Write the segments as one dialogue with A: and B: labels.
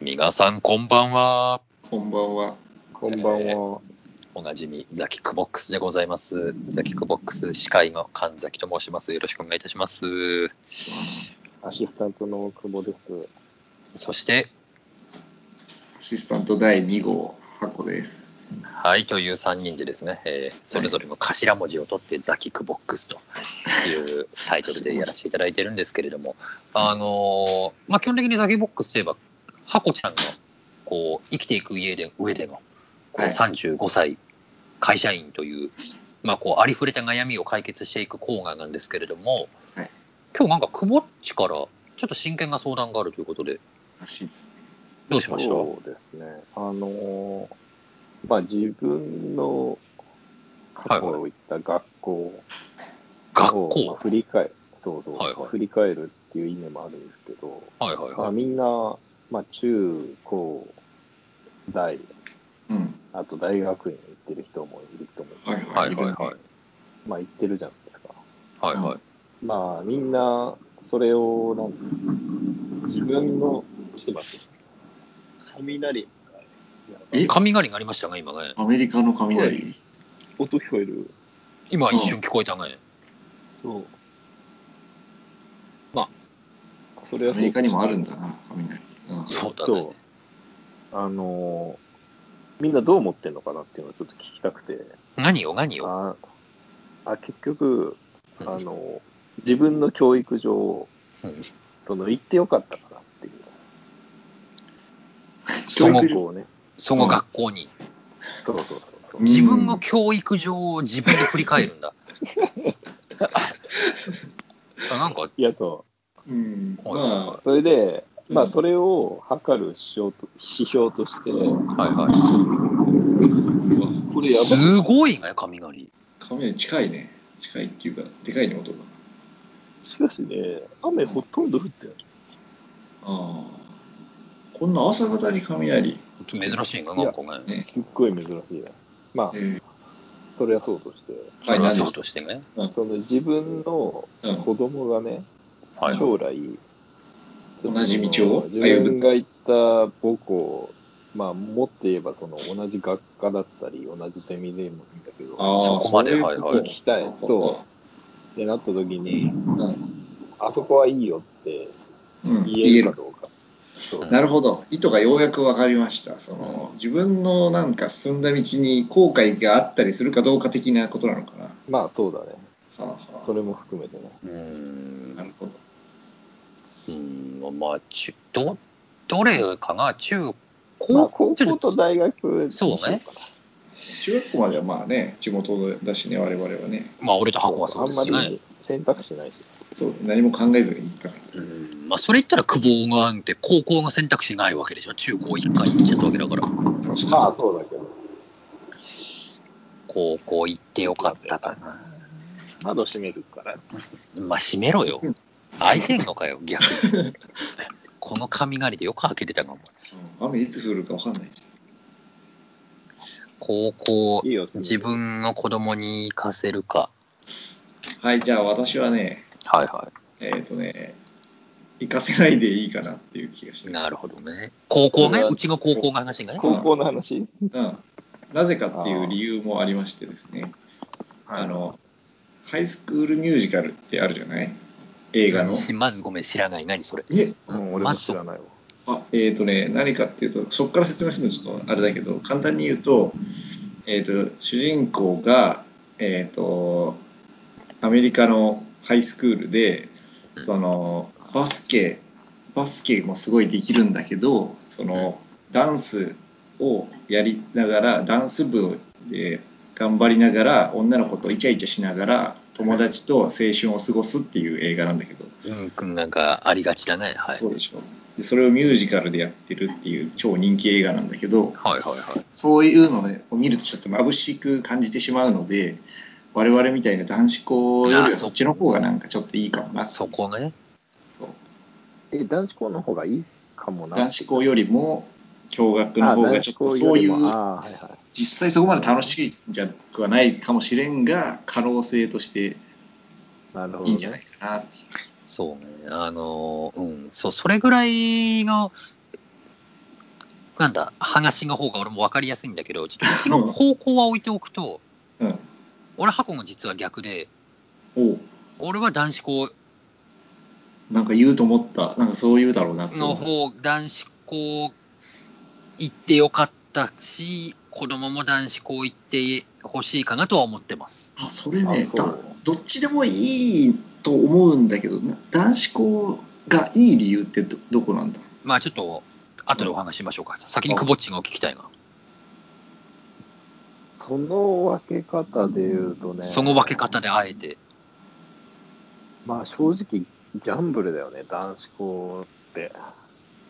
A: 皆さんこんばんは。
B: こんばんは。
C: こんばんは。
A: おなじみ、ザキックボックスでございます。ザキックボックス司会の神崎と申します。よろしくお願いいたします。
C: アシスタントの久保です。
A: そして、
B: アシスタント第2号、箱です。
A: はいという3人でですね、えーそれぞれの頭文字を取って、ザキックボックスというタイトルでやらせていただいてるんですけれども、あのーまあ、基本的にザキックボックスといえば、ハコちゃんのこう生きていく家で上でのこう
B: はい
A: 35歳会社員という、まあ、こうありふれた悩みを解決していくコーナーなんですけれども、
B: はい
A: 今日なんかくぼっちからちょっと真剣な相談があるということで、
B: らしいです。
A: どうしました
C: そうですね。あのーまあ自分の過去をいった学校
A: 学
C: を、まあ
A: 校
C: 振り返そうそう、
A: はいはい
C: 振り返るっていう意味もあるんですけど、
A: はいはい
C: まあ、
A: はい。
C: みんな、まあ、中高大
B: うん。
C: あと大学院行ってる人もいると思う、
B: はい
A: は
B: はいい。
A: はいはい。
C: まあ行ってるじゃないですか。
A: はいはい。
C: まあみんなそれをなんか自分のちょっと待って雷
B: え
A: 雷がありましたね、今ね。
B: アメリカの雷。
C: 音聞こえる
A: 今一瞬聞こえたね。
C: そうまあそれ
B: ア
C: は
B: メリカにもあるんだな、雷。うん
A: そうだね
C: そ。うあのーみんなどう思ってんのかなっていうのをちょっと聞きたくて
A: 何よ、何よ。
C: ああ結局あ
A: うん
C: のー自分の教育上
A: うん
C: その行ってよかったかなっていう
A: その
C: 教育上ね
A: その学校に。
C: そうそうそうそ
B: う
C: う
B: ん
A: 自分の教育上を自分で振り返る んだ。あなんか、
C: いやそう
B: うん。
A: はいはい
B: まあ、
C: それで、ま
B: う
C: あ、
B: ん
C: それを測る指標と指標として、
A: はいは
B: こ
A: い。すごいね、雷。
B: 雷近いね。近いっていうか、でかいね、音が。
C: しかしね、雨ほとんど降ってない。
B: ああ。こんな朝方に雷。
A: 珍しいな、なんかね。
B: ね。
C: すっごい珍しいね。まあ、
B: え
C: それはそうとして、
A: それはそうとしてね。
C: その自分の
B: ーうん
C: 子供がね、
A: はいはい。
C: 将来、
B: 同じ道を
C: 自分が行った母校、まあ、もっと言えばその同じ学科だったり、同じセミでもいいんだけ
B: ああ
C: ど、
A: そこまで
B: そううと
A: はい
C: 行きたい、そう、ってなった時に、
B: うん。
C: あそこはいいよって
B: うん
C: 言えるかどうか。そう
B: なるほど意図がようやく分かりましたその自分のなんか進んだ道に後悔があったりするかどうか的なことなのかなは
C: まあそうだね。
B: あ、は
C: それも含めてね。
A: うー
B: あ、なんるほど
A: うーん、まあ、ちゅど、どれかな、中、
C: まあ
A: 高
C: 高
A: 校、ちょ
C: 校
A: っと
C: と大学
A: そうね
B: 中学校まではまあね地元だしね我々はね
A: まあ、俺と
C: あ
A: 箱はそうです
C: あんま
A: ね。
C: り選択肢ないし。
B: そう何も考えずに行ったか
A: うんまあ、それ言ったら久保がなんて高校の選択肢ないわけでしょ中高一回行っちゃったわけだから
B: ら確かに
C: まあそうだけど。
A: 高校行ってよかったかな
C: 窓閉めるから。
A: まあ閉めろよ開いてんのかよ逆にこの雷でよく開けてたかも
B: うん雨いつ降るか分かんないじ
A: 高校
C: いいよ、すぐ
A: 自。分の子供に行かせるか
B: ゃんはいじゃあ私はね
A: はいは
B: えっ、とね行かせないでいいかなっていう気がして
A: なるほどね高校ね
C: それは
A: うちの高校が話ね
C: 高校の話
B: うん、なぜかっていう理由もありましてですねあのハイスクールミュージカルってあるじゃない映画の。
A: しまずごめん知らない何それ
B: え
C: もう俺も知らないわ。
B: あえっ、とね、何かっていうと、そこから説明するのちょっとあれだけど、簡単に言うと、えっ、と、主人公が、えっ、と、アメリカのハイスクールで、その、バスケ、バスケもすごいできるんだけど、その、ダンスをやりながら、ダンス部で頑張りながら、女の子とイチャイチャしながら、友達と青春を過ごすっていう映画なんだけど、
A: うんくんなんかありがちだねはい
B: そうでしょでそれをミュージカルでやってるっていう超人気映画なんだけど
A: はいはいはい
B: そういうのを見るとちょっと眩しく感じてしまうので我々みたいな男子校より
A: あ
B: は
A: そ
B: そっちの方がなんかちょっといいかもな
A: そこね
B: そう
C: え、男子校の方がいいかもな。
B: 男子校よりも驚愕の方がちょっと
C: あ男子
B: そ
C: 校よ
B: うい
C: りも
B: う
C: あーはいはい
B: 実際そこまで楽しいんじゃくはないかもしれんが可能性として
C: なるほどね。
B: いいんじゃないかなっていう
A: そうね、あの、うん、そう、それぐらいのなんだ、話の方が俺も分かりやすいんだけど、ちょっと一応方向は置いておくと、
B: うん。
A: 俺、箱も実は逆で、
B: おう
A: 俺は男子校
B: なんか言うと思った。なんかそう言うだろうなって思
A: の
B: った
A: 方、男子校行ってよかったし、子供も男子校行ってほしいかなとは思ってます。
B: あそれね
C: あそう
B: だどっちでもいいと思うんだけどな男子校がいい理由ってどどこなんだ
A: まあちょっと、後でお話ししましょうか。先にくぼっちが聞きたいな。
C: その分け方で言うとね、
A: その分け方であえて。
C: まあ正直、ギャンブルだよね、男子校って。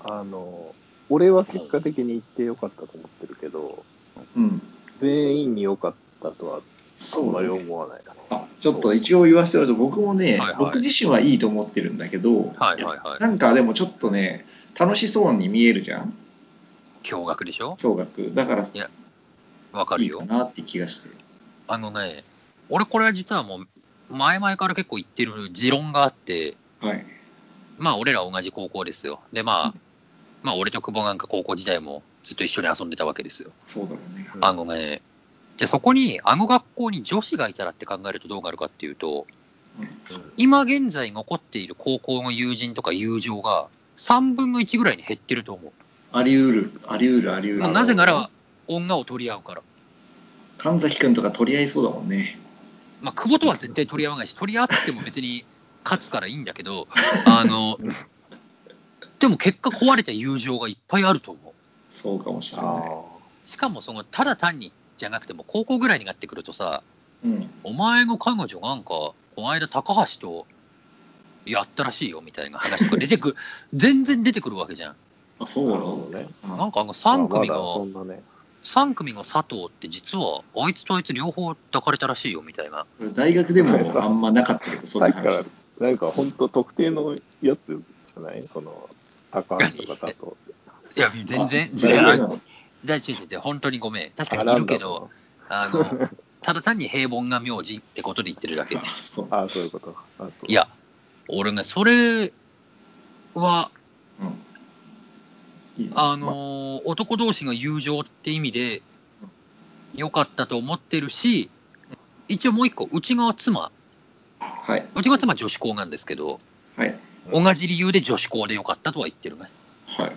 C: あの、俺は結果的に行ってよかったと思ってるけど、
B: うん
C: 全員に良かったとはあん
B: そ
C: ま
B: う
C: り
B: だね
C: 思わないかね。
B: あちょっと一応言わせてもらうと僕もね、
A: はいはい
B: 僕自身はいいと思ってるんだけど、
A: はいはいはい。
B: なんかでもちょっとね楽しそうに見えるじゃん
A: 驚愕でしょ
B: 驚学だから
A: やわか
B: い
A: る
B: いか
A: よ。
B: なって気がして
A: あのね、俺これは実はもう、前々から結構言ってる持論があって、
B: はい
A: まあ俺ら同じ高校ですよ。でまあ、
B: う
A: まあ俺と久保なんか高校時代もずっと一緒に遊んでたわけですよ。
B: そうだろうね
C: うん
A: あのね、じゃあそこにあの学校に女子がいたらって考えるとどうなるかっていうと、今現在残っている高校の友人とか友情が3分の1ぐらいに減ってると思
B: あり得るあり得るあり
A: う。
B: 得
A: まあ
B: る
A: なぜなら女を取り合うから。
B: 神崎君とか取り合いそうだもんね
A: まあ久保とは絶対取り合わないし、取り合っても別に勝つからいいんだけ ど、あの、でも結果壊れた友情がいっぱいあると思う。
B: そうかもしれな
C: あ
A: しかもそのただ単にじゃなくても高校ぐらいになってくるとさ
B: いうん
A: お前の彼女なんかこの間高橋とやったらしいよみたいな話とか出てくる 全然出てくるわけじゃん
B: あそう
C: あ、
B: だ
C: なるほ
B: ろ
C: どね。
B: う
A: なん
B: あ
A: かあの3組
C: まあまだそ
A: の
C: んなね。
A: 三組の佐藤って実はあいつとあいつ両方抱かれたらしいよみたいな
B: これ大学でもあんまなかったけどそん
C: さっ
B: な
C: きから
B: 話、
C: なんか本当特定のやつじゃないその、高橋とか佐藤って。
A: いや全然
B: あ大
A: 違
B: 丈
A: う
B: 夫なの
A: 大丈夫全然本当にごめん確かに
C: あ
A: い
C: な
A: る
C: んだ
A: けどあ のただ単に平凡な名字ってことで言ってるだけ
B: あそう
C: あそういうこと。あそう
A: いや俺ねそれは
B: うんいいね
A: あ
B: ま
A: のー男同士の友情って意味で良かったと思ってるし、一応もう一個、うちの妻、
B: はい、
A: うちの妻女子校なんですけど、
B: はい、
A: 同じ理由で女子校で良かったとは言ってるね。
B: はい。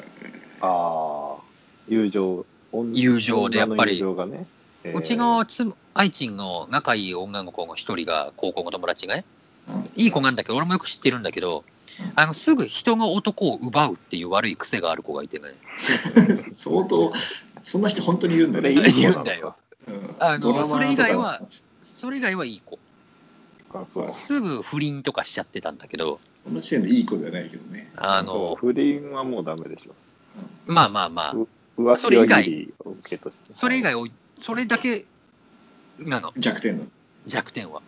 C: ああ、友情。女
A: 友情でやっぱり
C: 女の友情がね。えー
A: うちの妻、愛知の仲いい女の子の一人が高校の友達がね、
B: うん
A: いい子なんだけど、俺もよく知ってるんだけど
B: うん、
A: あのすぐ人が男を奪うっていう悪い癖がある子がいてね、
B: 相当、そんな人本当にいるんだ
C: それい
B: ね。
C: い
A: い
C: 子な
A: るん
C: の
A: だよ
C: か。。
B: うん
A: あの
B: ドラマとか
A: それ以外はそれ以外はいい子。
C: あそう
A: すぐ不倫とかしちゃってたんだけど、
B: その時点でいい子ではないけどね。
A: あ
C: そう
A: の、
C: 不倫はもうダメでしょ。
A: まあまあまあ、
C: 浮
A: そ
C: 気
A: れ
C: は
A: 以外
C: ギリ OK として。
A: それ以外を、それだけなの、
B: 弱点の。
A: 弱点は。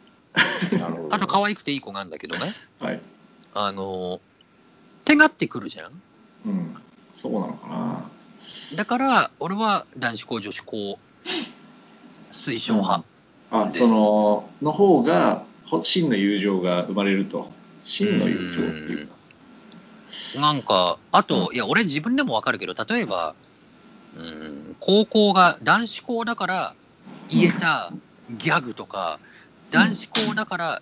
C: なるほどね
A: あと、可愛くていい子なんだけど ね。
B: はい。
A: あの、手がってくるじゃん。
B: うん。そうなのかな。
A: だから、俺は男子校、女子校、推奨派。
B: あ、
A: です
B: その、の方が、ほ真の友情が生まれると。真の友情っていうか。
A: なんか、あと、いや、俺自分でもわかるけど、例えば、うん、高校が男子校だから言えたギャグとか、男子校だから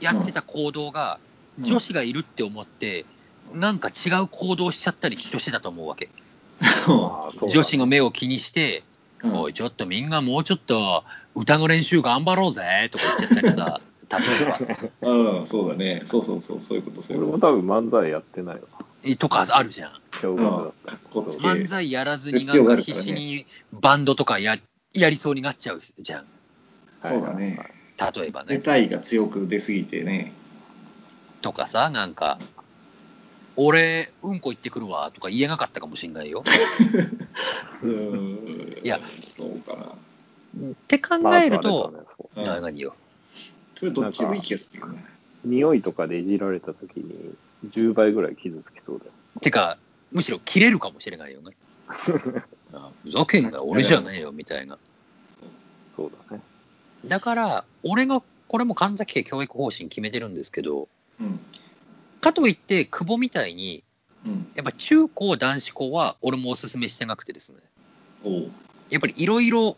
A: やってた行動が、女子がいるって思って、なんか違う行動しちゃったりきっとしてたと思うわけ。
C: まあそうだね
A: 女子の目を気にして、
B: うん
A: おい、ちょっとみんなもうちょっと歌の練習頑張ろうぜとか言っちゃったり さ、例えば
B: うん、そうだね。そうそうそう、そういうこと、そう
C: 俺
B: いう
C: も
B: こ
C: 多分漫才やってないわ。
A: え、とかあるじゃん。
C: 小
B: と。
C: 学だ
B: うん
C: っ。
B: かっこつけ。
A: 漫才やらずに
B: 必要が
A: な
B: あ
A: んか
B: るから
A: 必
B: ね
A: 死にバンドとかややりそうになっちゃうじゃん。
C: た。
B: そうだね
C: はい
A: 例えば
B: ネ
A: ね。
B: タイが強く出すぎてね。
A: とかさ、なんか、俺、うんこ行ってくるわとか言えなかったかもしんないよ。
B: うん。
A: いや、
B: そうかな。
A: って考
C: まあ
A: える
C: あと
A: と
C: あ
B: う
C: れ、だねそう
B: ん
A: な何よ。
B: それどっちでもいい気がするよね。
C: 匂いとかでいじられた時に10倍ぐらい傷つきそうだよ。
A: てか、むしろ切れるかもしれないよ ね。あふざけんな、俺じゃねえよ、みたいな。
C: そうだね。
A: だから、俺が、これも神崎家教育方針決めてるんですけど、
B: うん。
A: かといって、久保みたいに、
B: うん。
A: やっぱ中高男子校は俺もおすすめしてなくてですね、
B: おう。
A: やっぱりいろいろ、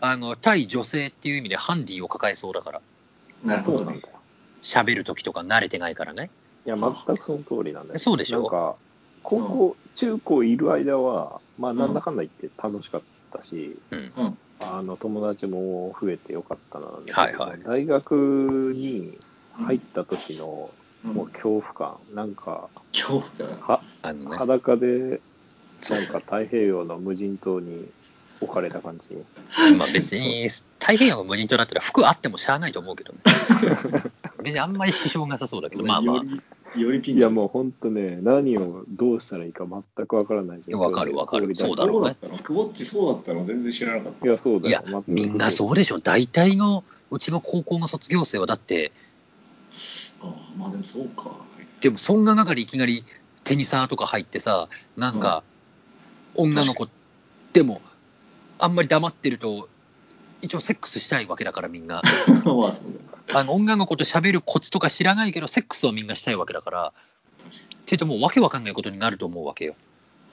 A: あの、対女性っていう意味でハンディを抱えそうだから、
B: なるほ
C: そう
B: ど
C: なん
B: ね。
C: だよ。
A: 喋る時とか慣れてないからね。
C: いや、全くその通りなんだよ。
A: そうでしょ
C: なんか、高校、中高いる間は、まあ、なんだかんだ言って楽しかったし、
A: うん。
B: うん。
C: あの友達も増えてよかったな、
A: はいはい
C: 大学に入った時の、
B: うん
C: もう恐怖感、なんか、
B: 恐怖だな。
C: は
A: あのね、
C: 裸で、
A: そう
C: なんか太平洋の無人島に置かれた感じ。
A: まあ別に、太平洋が無人島だったら服あってもしゃあないと思うけどね。別にあんまり支障なさそうだけど、まあまあ
B: よ、り、よりピンチ。
C: いや、もう本当ね、何をどうしたらいいか全くわからない状況で
A: わかるわかる
C: 放り出して
A: そうだろうね
B: ったの。くぼっちそうだったの全然知らなかった。
C: いや、そうだ
A: いや
C: よ。全く
A: みんなそうでしょ。大体の、うちの高校の卒業生はだって、
B: ああまあでもそうか。
A: でもそんな中でいきなりテニサーとか入ってさ、なんか、女の子でも、あんまり黙ってると、一応セックスしたいわけだからみんな。
B: まあそうだよ。
A: あの女の子と喋るコツとか知らないけど、セックスはみんなしたいわけだから、っていうともうわけわかんないことになると思うわけよ。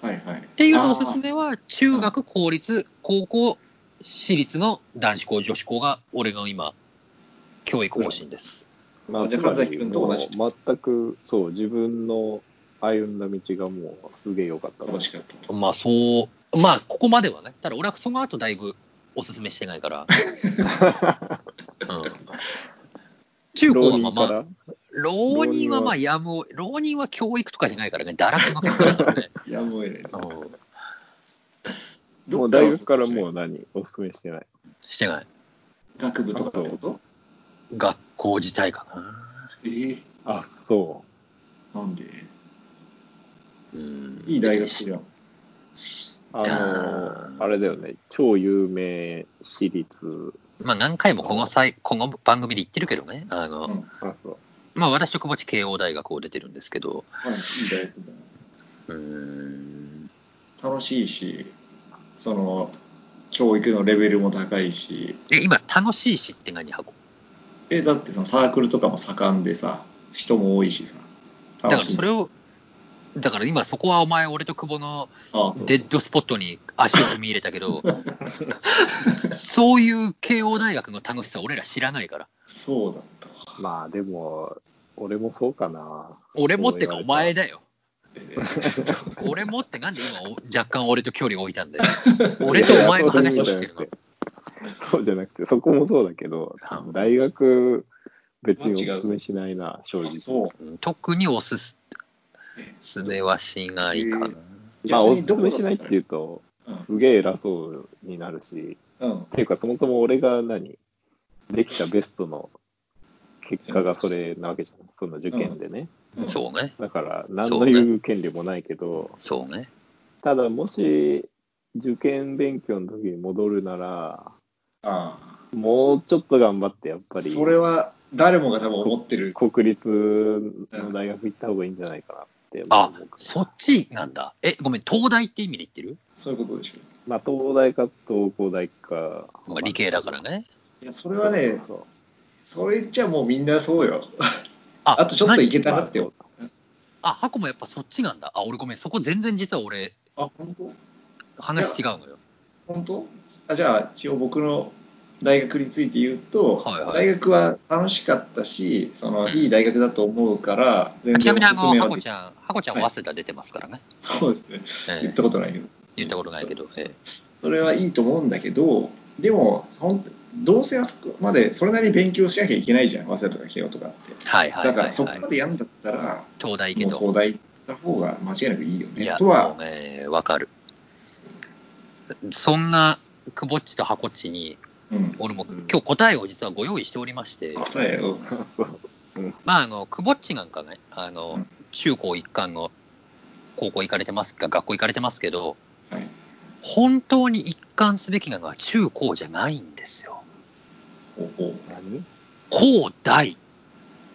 B: はいはい。っ
A: っていうのをおすす。めは、中学、公立、高校、私立の男子校、女子校が、俺の今、教育方針です。
C: まあ、
B: じゃあ神崎君と同じ
C: つまりもう全く、そう、自分の歩んだ道がもうすげえ良かったな。
B: 楽しかった。
A: まあ、そう、まあ、ここまではね。ただ、俺はその後だいぶおすすめしてない から。うん、中高はまあ、ま
C: 浪人
A: あ、
C: から
A: 浪人はまあ、やむを、浪人は教育とかじゃないからね、堕落の結果ですね。
B: やむを得ない。
A: うん、
C: もう大学からもう何おすすめしてない。
A: してない。
B: 学部とかってこと
A: 学校自体かな。
B: ええ
C: あ、そ
B: なんで
A: うん、
B: いい大学じゃん。
C: う。あ
A: あ
C: の
A: ー
C: あれだよね、超有名私立。
A: まあ、何回もこの際、この番組で言ってるけどね、あの、
B: うん
C: あ、そう。
A: まあ、私と久保地慶応大学を出てるんですけど、
B: まあいい大学だ
A: うーん、
B: な。楽しいし、その、教育のレベルも高いし、
A: え、今、楽しいしって何箱
B: え、だってそのサークルとかも盛んでさ、人も多いしさ。
A: だからそれ
B: を、
A: を、だから今そこはお前、俺と久保の
B: ああそう
A: デッドスポットに足を踏み入れたけど、 そういう慶応大学の楽しさ、俺ら知らないから。
B: そうだったわ。
C: まあでも、俺もそうかな。
A: 俺もってのはお前だよ。
B: え
A: 俺もってなんで今お若干俺と距離を置いたんだよ。俺とお前の話をしてるの。
C: そうじゃなくて、そこもそうだけど
A: う、ん
C: 大学、別におすすめしないな、正
B: ー
C: 直。
B: そう。
A: うん特におすすすめはしないかな。
C: まあ、
B: 逆
C: お
B: に
C: すすめしないっていうと、
B: うん
C: すげえ偉そうになるし、
B: うん。
C: っていうか、そもそも俺が何、できたベストの結果がそれなわけじゃん、その受験でね。
B: うん
A: そうね。
C: だから、何の言う権利もないけど、
A: そうね。
C: ただ、もし、受験勉強の時に戻るなら、
B: あ
C: もうちょっと頑張って、やっ
B: あ。
C: ぱり、
B: それは誰もが多分思ってる。
C: 国立の大学行った方がいいんじゃないかなって
A: あ
C: 思う。、
A: そっちなんだ。え、ごめん、東大って意味で言ってる、
B: そういうことでしょ。
C: まあ、東大か東工大か。
A: まあ、理系だからね。
B: いや、それはね、
C: そうそう
B: それじゃもうみんなそうよ。
A: あ
B: あとちょっといけた
C: ま
B: な
C: あ
B: ってよ。
A: あ、箱もやっぱそっちなんだ。あ、俺ごめん、そこ全然実は俺、
B: あ、本当
A: 話違うのよ。
B: 本当あじゃあ一応僕の大学について言うと、
A: はいはい
B: 大学は楽しかったしその、
A: うん
B: いい大学だと思うから全
A: ちなみにあの、
B: は
A: 箱
B: でき
A: ちゃん、箱ちゃんは早稲田出てますからね。
B: そうですね、
A: ええ
B: 言ったことないけど
A: 言ったことないけど。ええ
B: それはいいと思うんだけどでもほんどうせあそこまでそれなりに勉強しなきゃいけないじゃん早稲田とか慶応とかって
A: はいはい
B: だ
A: は
B: か
A: い、は
B: らそこ
A: い
B: ま。でやんだったら、
A: 東大行け
B: もう
A: と。
B: 東大行った方が間違いなくいいよ
A: い
B: ね
A: や、
B: と
A: も
B: は
A: うね、わかる。そんな、くぼっちと箱っちに、
B: うん
A: 俺も今日答えを実はご用意しておりまして。
B: 答えを
C: そう
A: まあ、あの、くぼっちなんかね、あの、
B: うん
A: 中高一貫の高校行かれてますか、学校行かれてますけど、
B: はい
A: 本当に一貫すべきなのは中高じゃないんですよ。
B: おお
C: 何
A: 高大。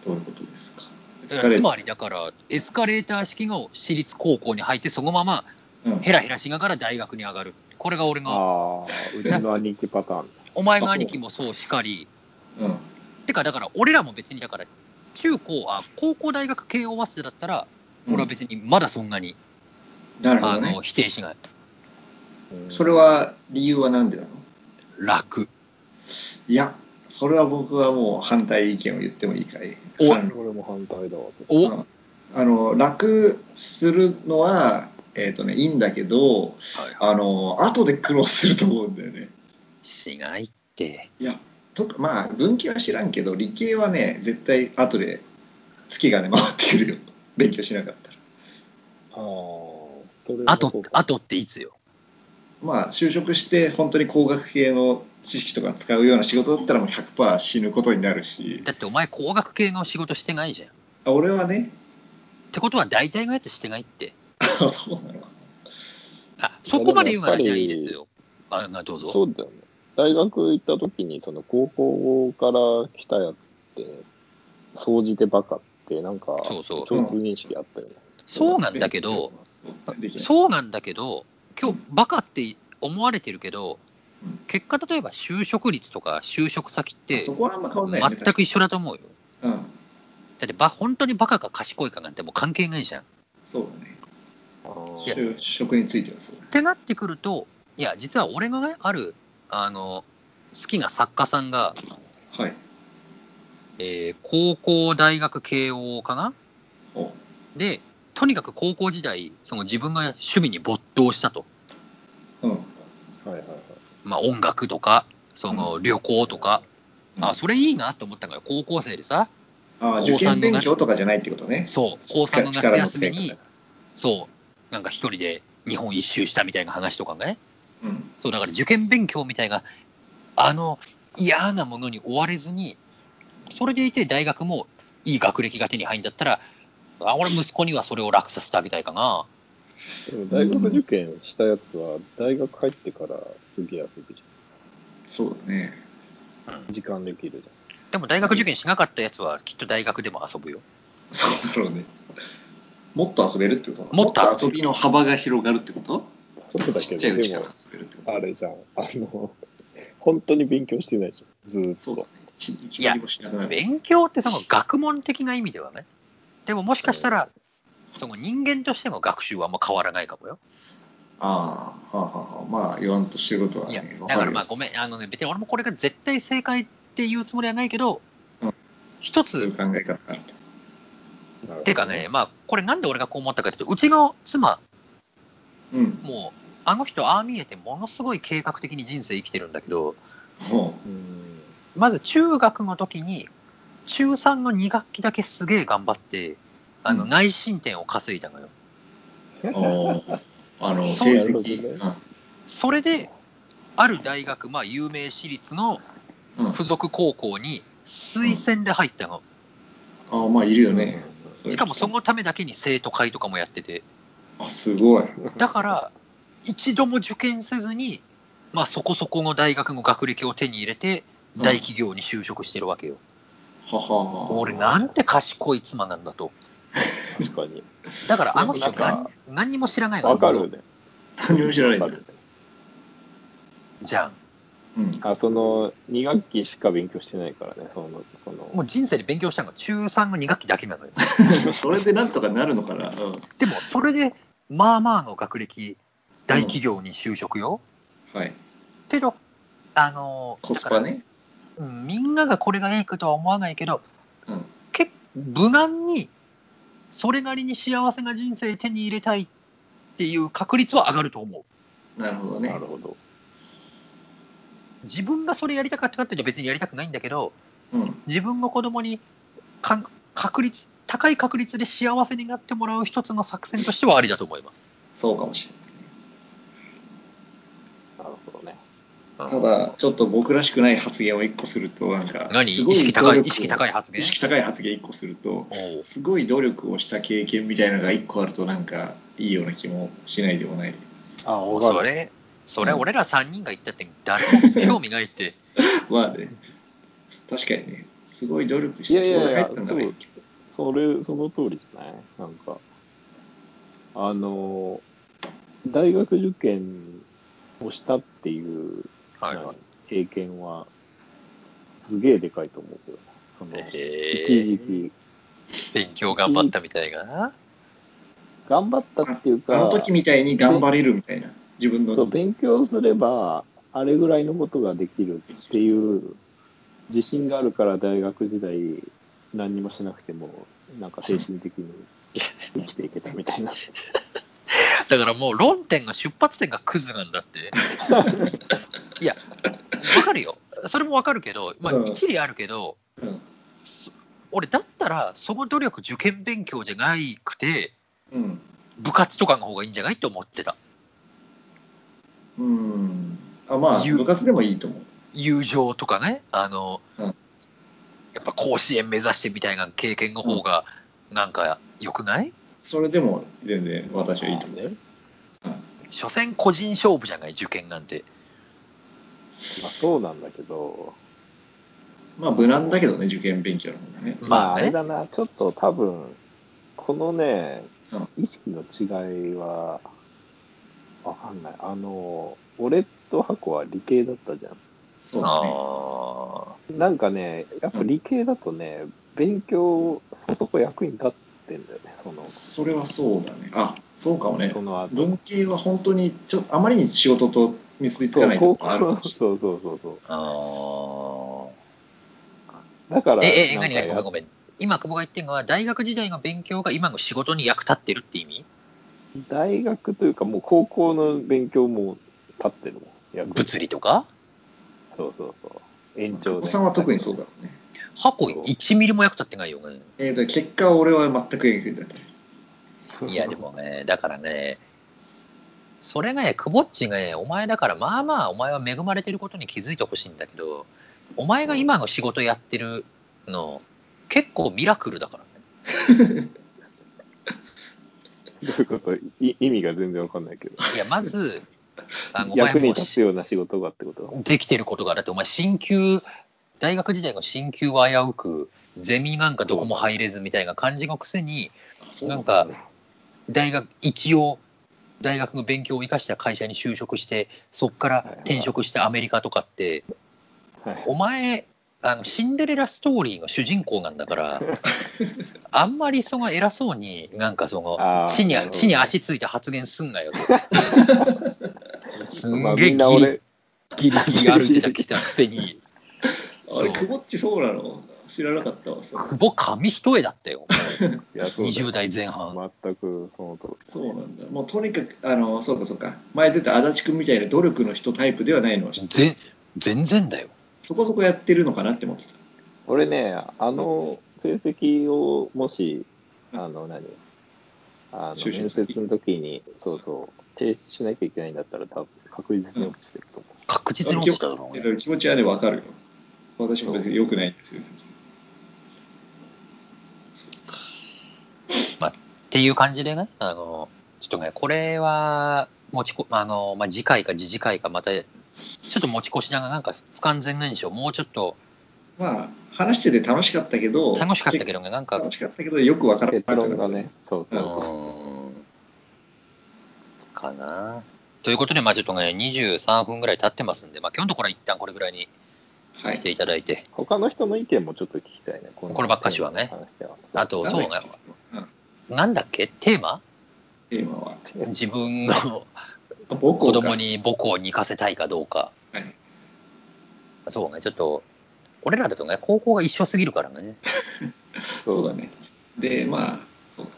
B: どういうことですか
A: つまりだから、エスカレーター式の私立高校に入って、そのまま
B: うん
A: ヘラヘラしながら大学に上がる。これが俺の、
C: ああ、うちの兄貴パターン。
A: お前の兄貴もそうしかり、
B: うん
A: てかだから俺らも別にだから、中高、あ、高校大学慶応早稲田だったら、
B: うん
A: 俺は別にまだそんなに、
B: なるほ
A: あ
B: どね
A: の。否定しない。
B: それは理由は何でなの
A: 楽。
B: いや、それは僕はもう反対意見を言ってもいいかい
A: お
B: 反論
C: 俺も反対だわ。
A: お、
B: うんあの楽するのは、えーとね、いいんだけどあの後で苦労すると思うんだよね。
A: しないって。
B: いやとかまあ文系は知らんけど理系はね絶対後で月がね回ってくるよ勉強しなかったら。
C: ああー、それは
A: あ
C: そ
A: と
C: う、か
A: あとっていつよ。
B: まあ就職して本当に工学系の知識とか使うような仕事だったらもう100%死ぬことになるし
A: だってお前工学系の仕事してないじゃん。っ
B: あ俺はね
A: てことは大体のやつしてないって。
B: あそうなの
A: あ、そこまで言うなら
C: い
A: じゃ
C: や
A: あ
C: でも
A: い
C: や
A: い
C: っぱり
A: ですよ。あ、などうぞ。
C: そうだよね。大学行った時に、その高校から来たやつって、総じてバカって、なんか、
A: そうそう
C: 共通認識あったよね。
A: そうなんだけど、
B: そうできない
A: そうなんだけど、今日バカって思われてるけど、結果例えば就職率とか就職先って
B: そこはあんま変わんないよね
A: 全く一緒だと思うよ。
B: 確かにうん
A: だってば本当にバカか賢いかなんてもう関係ないじゃん。っ
B: そうだね
A: いや
B: 就職についてはそうだね
A: てなってくると、いや、実は俺のね、ある、あの、好きな作家さんが、
B: はい
A: えー高校、大学、慶応かな
B: お
A: で、とにかく高校時代、その自分が趣味に没頭したと。
B: うん
C: はいはいはい。
A: まあ音楽とか、その旅行とか、あ、それいいなと思ったのが高校生でさ、
B: あ
A: 高
B: 受
A: 三のね
B: 験勉強とかじゃないってことね
A: そう、高3の夏休みに、そう、なんか一人で日本一周したみたいな話とかね。
B: うん
A: そう、だから受験勉強みたいな、あの、嫌なものに追われずに、それでいて大学もいい学歴が手に入んだったら、あ俺、息子にはそれを楽させてあげたいかな。
C: でも大学受験したやつは、大学入ってからすげえ遊ぶじ
B: そうだね
C: ゃん。時間できるじ
A: でも大学受験しなかったやつは、きっと大学でも遊ぶよ。
B: そうだろうねもっと遊べるってこと
A: もっと遊べる
B: 遊びの幅が広がるってこと
C: ゃん。そうだ
B: ち
C: け
B: っちゃい
C: ど、
B: うちから
C: でも
B: 遊、べるってこと
C: あれじゃん。あの、本当に勉強してないじゃん。ずーっ
B: そうだ
C: と
B: ね。一一割もしなくなる
A: 勉強ってその学問的な意味ではね。でももしかしたら、その人間としての学習はあんま変わらないかもよ。
B: ああはあはあはあまあ言わんとしてることはい
A: や
B: ね、わ
A: だ
B: か
A: から
B: るよ
A: まあごめん、あのね、別に俺もこれが絶対正解っていうつもりはないけど
B: うん、
A: 一
B: そういう
A: つ、
B: 考え方があると
C: なるほど
A: てかね、、まあ、これなんで俺がこう思ったかというと、うちの妻、
B: うん
A: もう、あの人、ああ見えて、ものすごい計画的に人生生きてるんだけど、
B: ほ
C: うん。
A: まず中学の時に、中3の2学期だけすげえ頑張って、あの
B: うん
A: 内申点を稼いだのよ。
B: うおーあの
A: そう
B: 成
C: なるほど
B: 績、
C: ね
A: それで、ある大学、まあ、有名私立の
B: うんうん、
A: 付属高校に推薦で入ったの。
B: ああまあいるよね、そういう人
A: しかもそのためだけに生徒会とかもやってて。
B: あすごい
A: だから、一度も受験せずに、まあ、そこそこの大学の学歴を手に入れて、
B: うん
A: 大企業に就職してるわけよ。
B: ははは
A: 俺、なんて賢い妻なんだと。
C: 確かに。
A: だから、あの人
B: なん
A: 何
B: か、
A: 何にも知らないの
C: わかるね。
B: 何も知らないんだ
C: わ
B: よ
C: かるね。
A: じゃ
B: うん
C: あ、その、2学期しか勉強してないからね、その、その
A: ん。、もう人生で勉強したのが中3の2学期だけなのよ。
B: それでなんとかなるのかな、うん、
A: でも、それで、まあまあの学歴、大企業に就職よ。
B: はい
A: けど、あの、
B: コスパ
A: だ
B: ね
A: から、うんみんながこれがいいことは思わないけど、
B: うん
A: 結無難にそれなりに幸せな人生手に入れたいっていう確率は上がると思う
B: なるほどね
C: なるほど。
A: 自分がそれやりたかったかっていうと別にやりたくないんだけど
B: うん
A: 自分の子供にかん確率高い確率で幸せになってもらう一つの作戦としてはありだと思います
B: そうかもしれない
C: なるほどね。
B: ただ、ちょっと僕らしくない発言を1個すると、なんか、
A: 何意
B: すごい
A: 識高い
B: 努力
A: 意
B: を
A: 識高い発言
B: 意識高い発言1個すると、
A: おう
B: すごい努力をした経験みたいなのが1個あると、なんか、いいような気もしないでもない。
C: あ、
A: そ。れそれ俺ら3人が言ったって誰も興味ないって
B: まあね、確かにね、すごい努力し
C: いや
B: て、
C: い
B: ここ
C: や
B: に
C: い
B: 入
C: や
B: っ、たんだ
C: そ
B: ね
C: う。、それ、その通りじゃないなんか、あの、大学受験をしたっていう、
A: はい
C: なんか経験は、すげえでかいと思うけど、その、
A: えー
C: 一時期、
A: 勉強頑張ったみたいな
C: 頑張ったっていう
B: あ
C: か、
B: の時みたいに頑張れるみたいな、自分の。
C: そう勉強すれば、あれぐらいのことができるっていう自信があるから、大学時代、何にもしなくても、なんか精神的に生きていけたみたい な。
A: だからもう論点が出発点がクズなんだ って。いや、わかるよ。それもわかるけど、まあ
B: うん
A: 一理あるけど、
B: うん
A: そ俺だったらその努力受験勉強じゃないくて、
B: うん。
A: 部活とかの方がいいんじゃないと思ってた。
B: うん。あ、まあ、
A: 言う
B: 部活でもいいと思う。
A: 友情とかね、あの、
B: うん
A: やっぱ甲子園目指してみたいな経験の方が、なんか良くない
B: それでも全然私はいいと思う。
C: ね
B: うん
A: 所詮個人勝負じゃない、受験なんて。
C: まあ、そうなんだけど、
B: まあ、無難だけどね、受験勉強の方がね。
C: まあ、
A: まあ
C: あ
A: ね
C: れだな、ちょっと多分、このね
B: うん、
C: 意識の違いは、わかんない。あの、俺と箱は理系だったじゃん。
B: そう
A: あ
B: だね。
A: あ。
C: なんかね、やっぱ理系だとね、勉強、そこそこ役に立ってんだよね、その、
B: それはそうだね。あ、そうかもね
C: そ。の後。
B: 文系は本当に、ちょっとあまりに仕事と結びつ
C: そ
B: かな
C: う、
B: いと
C: 高
B: こあるか
C: 校
B: もし
C: そうそうそうそう。
A: あ
C: だから、
A: あ。え、え、
C: なん
A: 何
C: か
A: 何ごめんごめ
C: や
A: ん。今、久保が言ってるのは、大学時代の勉強が今の仕事に役立ってるって意味
C: 大学というか、もう高校の勉強も立ってるもん、役に
A: 物理とか
C: そうそうそう。延
B: れない。
C: 長
B: お
C: で。
B: 子さんは特にそうだろうね。
A: 箱1ミリも役立ってないよね。
B: えーと、結果は俺は全く影響だった。
A: いや、でもね、だからね、それがね、くぼっちがね、お前だから、まあまあ、お前は恵まれてることに気づいてほしいんだけど、お前が今の仕事やってるの、結構ミラクルだからね。
C: どういうことい意味が全然わかんないけど。
A: いや、ま ず、あのお前
C: 役に
A: も
C: 立つような仕事がってこと
A: できてることがだってお前進級大学時代の進級は危うくゼミなんかどこも入れずみたいな感じのくせに
B: あそう
A: なんか大学一応大学の勉強を生かした会社に就職してそこから転職してアメリカとかって
C: はい。
A: お前あのシンデレラストーリーの主人公なんだからあんまりその偉そうになんかそ
C: あ
A: の
C: ー
A: 地に
C: なるほど
A: 地に足ついて発言すんなよとす
C: まあ
A: んげえ
C: みんな
A: ギリ
C: 俺、
A: ギリギリ歩いてたきたくせに、
B: あれ、
A: そう
B: くぼっちそうなの知らなかったわ。そう
A: 久保紙一重だったよ、
C: いや、そうだ
A: 20
C: よ
A: 代前半。
C: 全くその通り。
B: そうなんだ。もうとにかく、あの、そうかそうか。前出た足立くんみたいな努力の人タイプではないのは知って
A: 全全然だよ。
B: そこそこやってるのかなって思ってた。
C: 俺ね、あの成績をもし、あの何、あの
B: 就職
C: 面接の時に、そうそう、提出しなきゃいけないんだったら、多分確実に落ちてると思う。
A: 確実に落ちただろう
B: え
A: ね
B: っと気持ちはね、わかるよ。私も別に良くないんですよ。
A: っていう感じでね、あのちょっとね、これは持ちこあの、まあ、次回か次次回か、またちょっと持ち越しながら、なんか不完全燃焼、もうちょっと
B: まあ、話してて楽しかったけど、
A: 楽しかったけどね、なんか、
B: 楽しかったけど、よくわからな
C: 結
B: かった
C: 論がね、そう
A: う
C: そうそう。
A: ーん、かな。ということで、まあ、ちょっとね、23分ぐらい経ってますんで、まあ、今日のところは一旦これぐらいに
B: はい
A: し。ていただいて、
C: 他の人の意見もちょっと聞きたいね、この
A: こればっかしはね
C: テーマに関しては
A: あと、そうね、
B: うん
A: なんだっけ、テーマ
B: テーマは、
A: 自分の
B: 母校か
A: 子供。に母校に行かせたいかどうか。
B: はい
A: そうね、ちょっと、俺らだとね、高校が一緒すぎるからね。
B: そうだね。で、まあ、そうかね。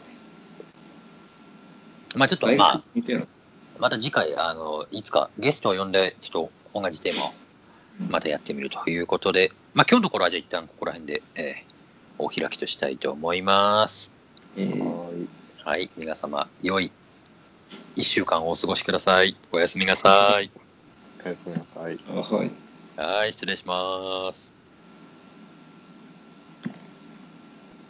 A: まあちょっと、
B: 大
A: まあ
B: 学、見ての。
A: また次回、あの、いつかゲストを呼んで、ちょっと同じテーマをまたやってみるということで、まあ今日のところはじゃあ一旦ここら辺で、えーお開きとしたいと思います。
B: えー
C: はーい
A: はい、皆様、良い1週間をお過ごしください。おやすみなさい。
C: おやすみなさい。
B: あはい。
A: はい、失礼します。